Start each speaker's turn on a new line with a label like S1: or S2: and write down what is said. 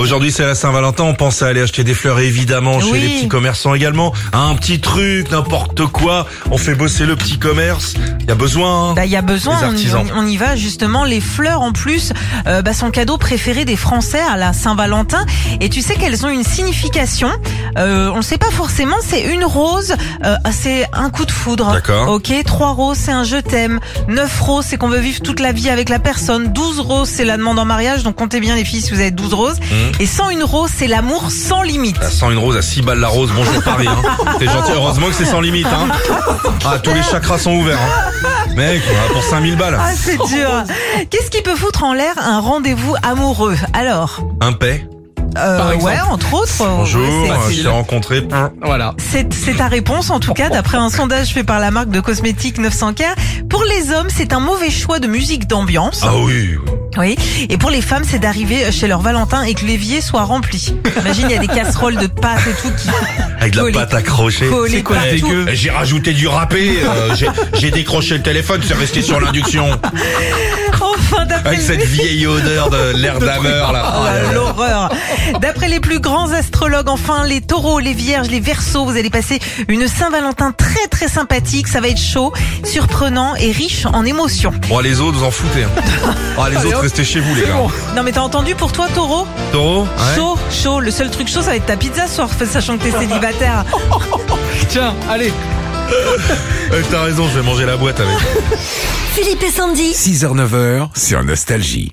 S1: Aujourd'hui, c'est la Saint-Valentin. On pense à aller acheter des fleurs, évidemment, chez
S2: Oui.
S1: les petits commerçants également. Un petit truc, n'importe quoi. On fait bosser le petit commerce. Il y a besoin. hein.
S2: Bah, il y a besoin,
S1: Les
S2: on y,
S1: artisans.
S2: on y va justement. Les fleurs en plus, euh, bah, sont cadeau préféré des Français à la Saint-Valentin. Et tu sais qu'elles ont une signification. Euh, on ne sait pas forcément. C'est une rose, euh, c'est un coup de foudre.
S1: D'accord.
S2: Ok. Trois roses, c'est un je t'aime. Neuf roses, c'est qu'on veut vivre toute la vie avec la personne. Douze roses, c'est la demande en mariage. Donc comptez bien les filles si vous avez douze roses.
S1: Mhm.
S2: Et cent une rose, c'est l'amour sans limite.
S1: Ah, Sans une rose à 6 balles la rose, bonjour Paris. Hein. T'es gentil, heureusement que c'est sans limite. Hein. Ah, tous les chakras sont ouverts. Hein. Mec, on va pour 5000 balles.
S2: Ah, c'est dur. Qu'est-ce qui peut foutre en l'air un rendez-vous amoureux Alors,
S1: Un paix.
S2: euh,
S3: Par exemple.
S2: ouais, entre autres. ouais,
S1: Bonjour,
S2: c'est-
S1: euh, je
S3: facile.
S1: t'ai rencontré.
S3: Voilà.
S2: C'est c'est ta réponse en tout cas, d'après un sondage fait par la marque de cosmétiques 900K. Pour les hommes, c'est un mauvais choix de musique d'ambiance.
S1: Ah oui.
S2: Oui. Et pour les femmes, c'est d'arriver chez leur Valentin et que l'évier soit rempli. Imagine, il y a des casseroles de pâtes et tout qui
S1: Avec de la
S2: Collé.
S1: pâte accrochée.
S2: collent
S3: C'est quoi le
S2: partout.
S3: dégueu
S1: J'ai rajouté du râpé, euh, j'ai- j'ai décroché le téléphone, c'est resté sur l'induction.
S2: Enfin, d'après
S1: Avec cette
S2: lui-
S1: vieille odeur de l'air d'ameur là. Ah,
S2: Oh là, L'horreur. D'après les plus grands astrologues, enfin, les taureaux, les vierges, les versos, vous allez passer une Saint-Valentin très très sympathique. Ça va être chaud, surprenant et riche en émotions.
S1: Bon, les autres, vous en foutez. Hein. Oh, les autres, restez chez vous les gars.
S2: Non, mais t'as entendu pour toi, taureau?
S1: Taureau ouais.
S2: Chaud, chaud. Le seul truc chaud, ça va être ta pizza ce soir, sachant que t'es célibataire.
S3: Tiens, allez.
S1: Euh, T'as raison, je vais manger la boîte avec.
S4: Philippe et Sandy.
S5: 6h-9h sur Nostalgie.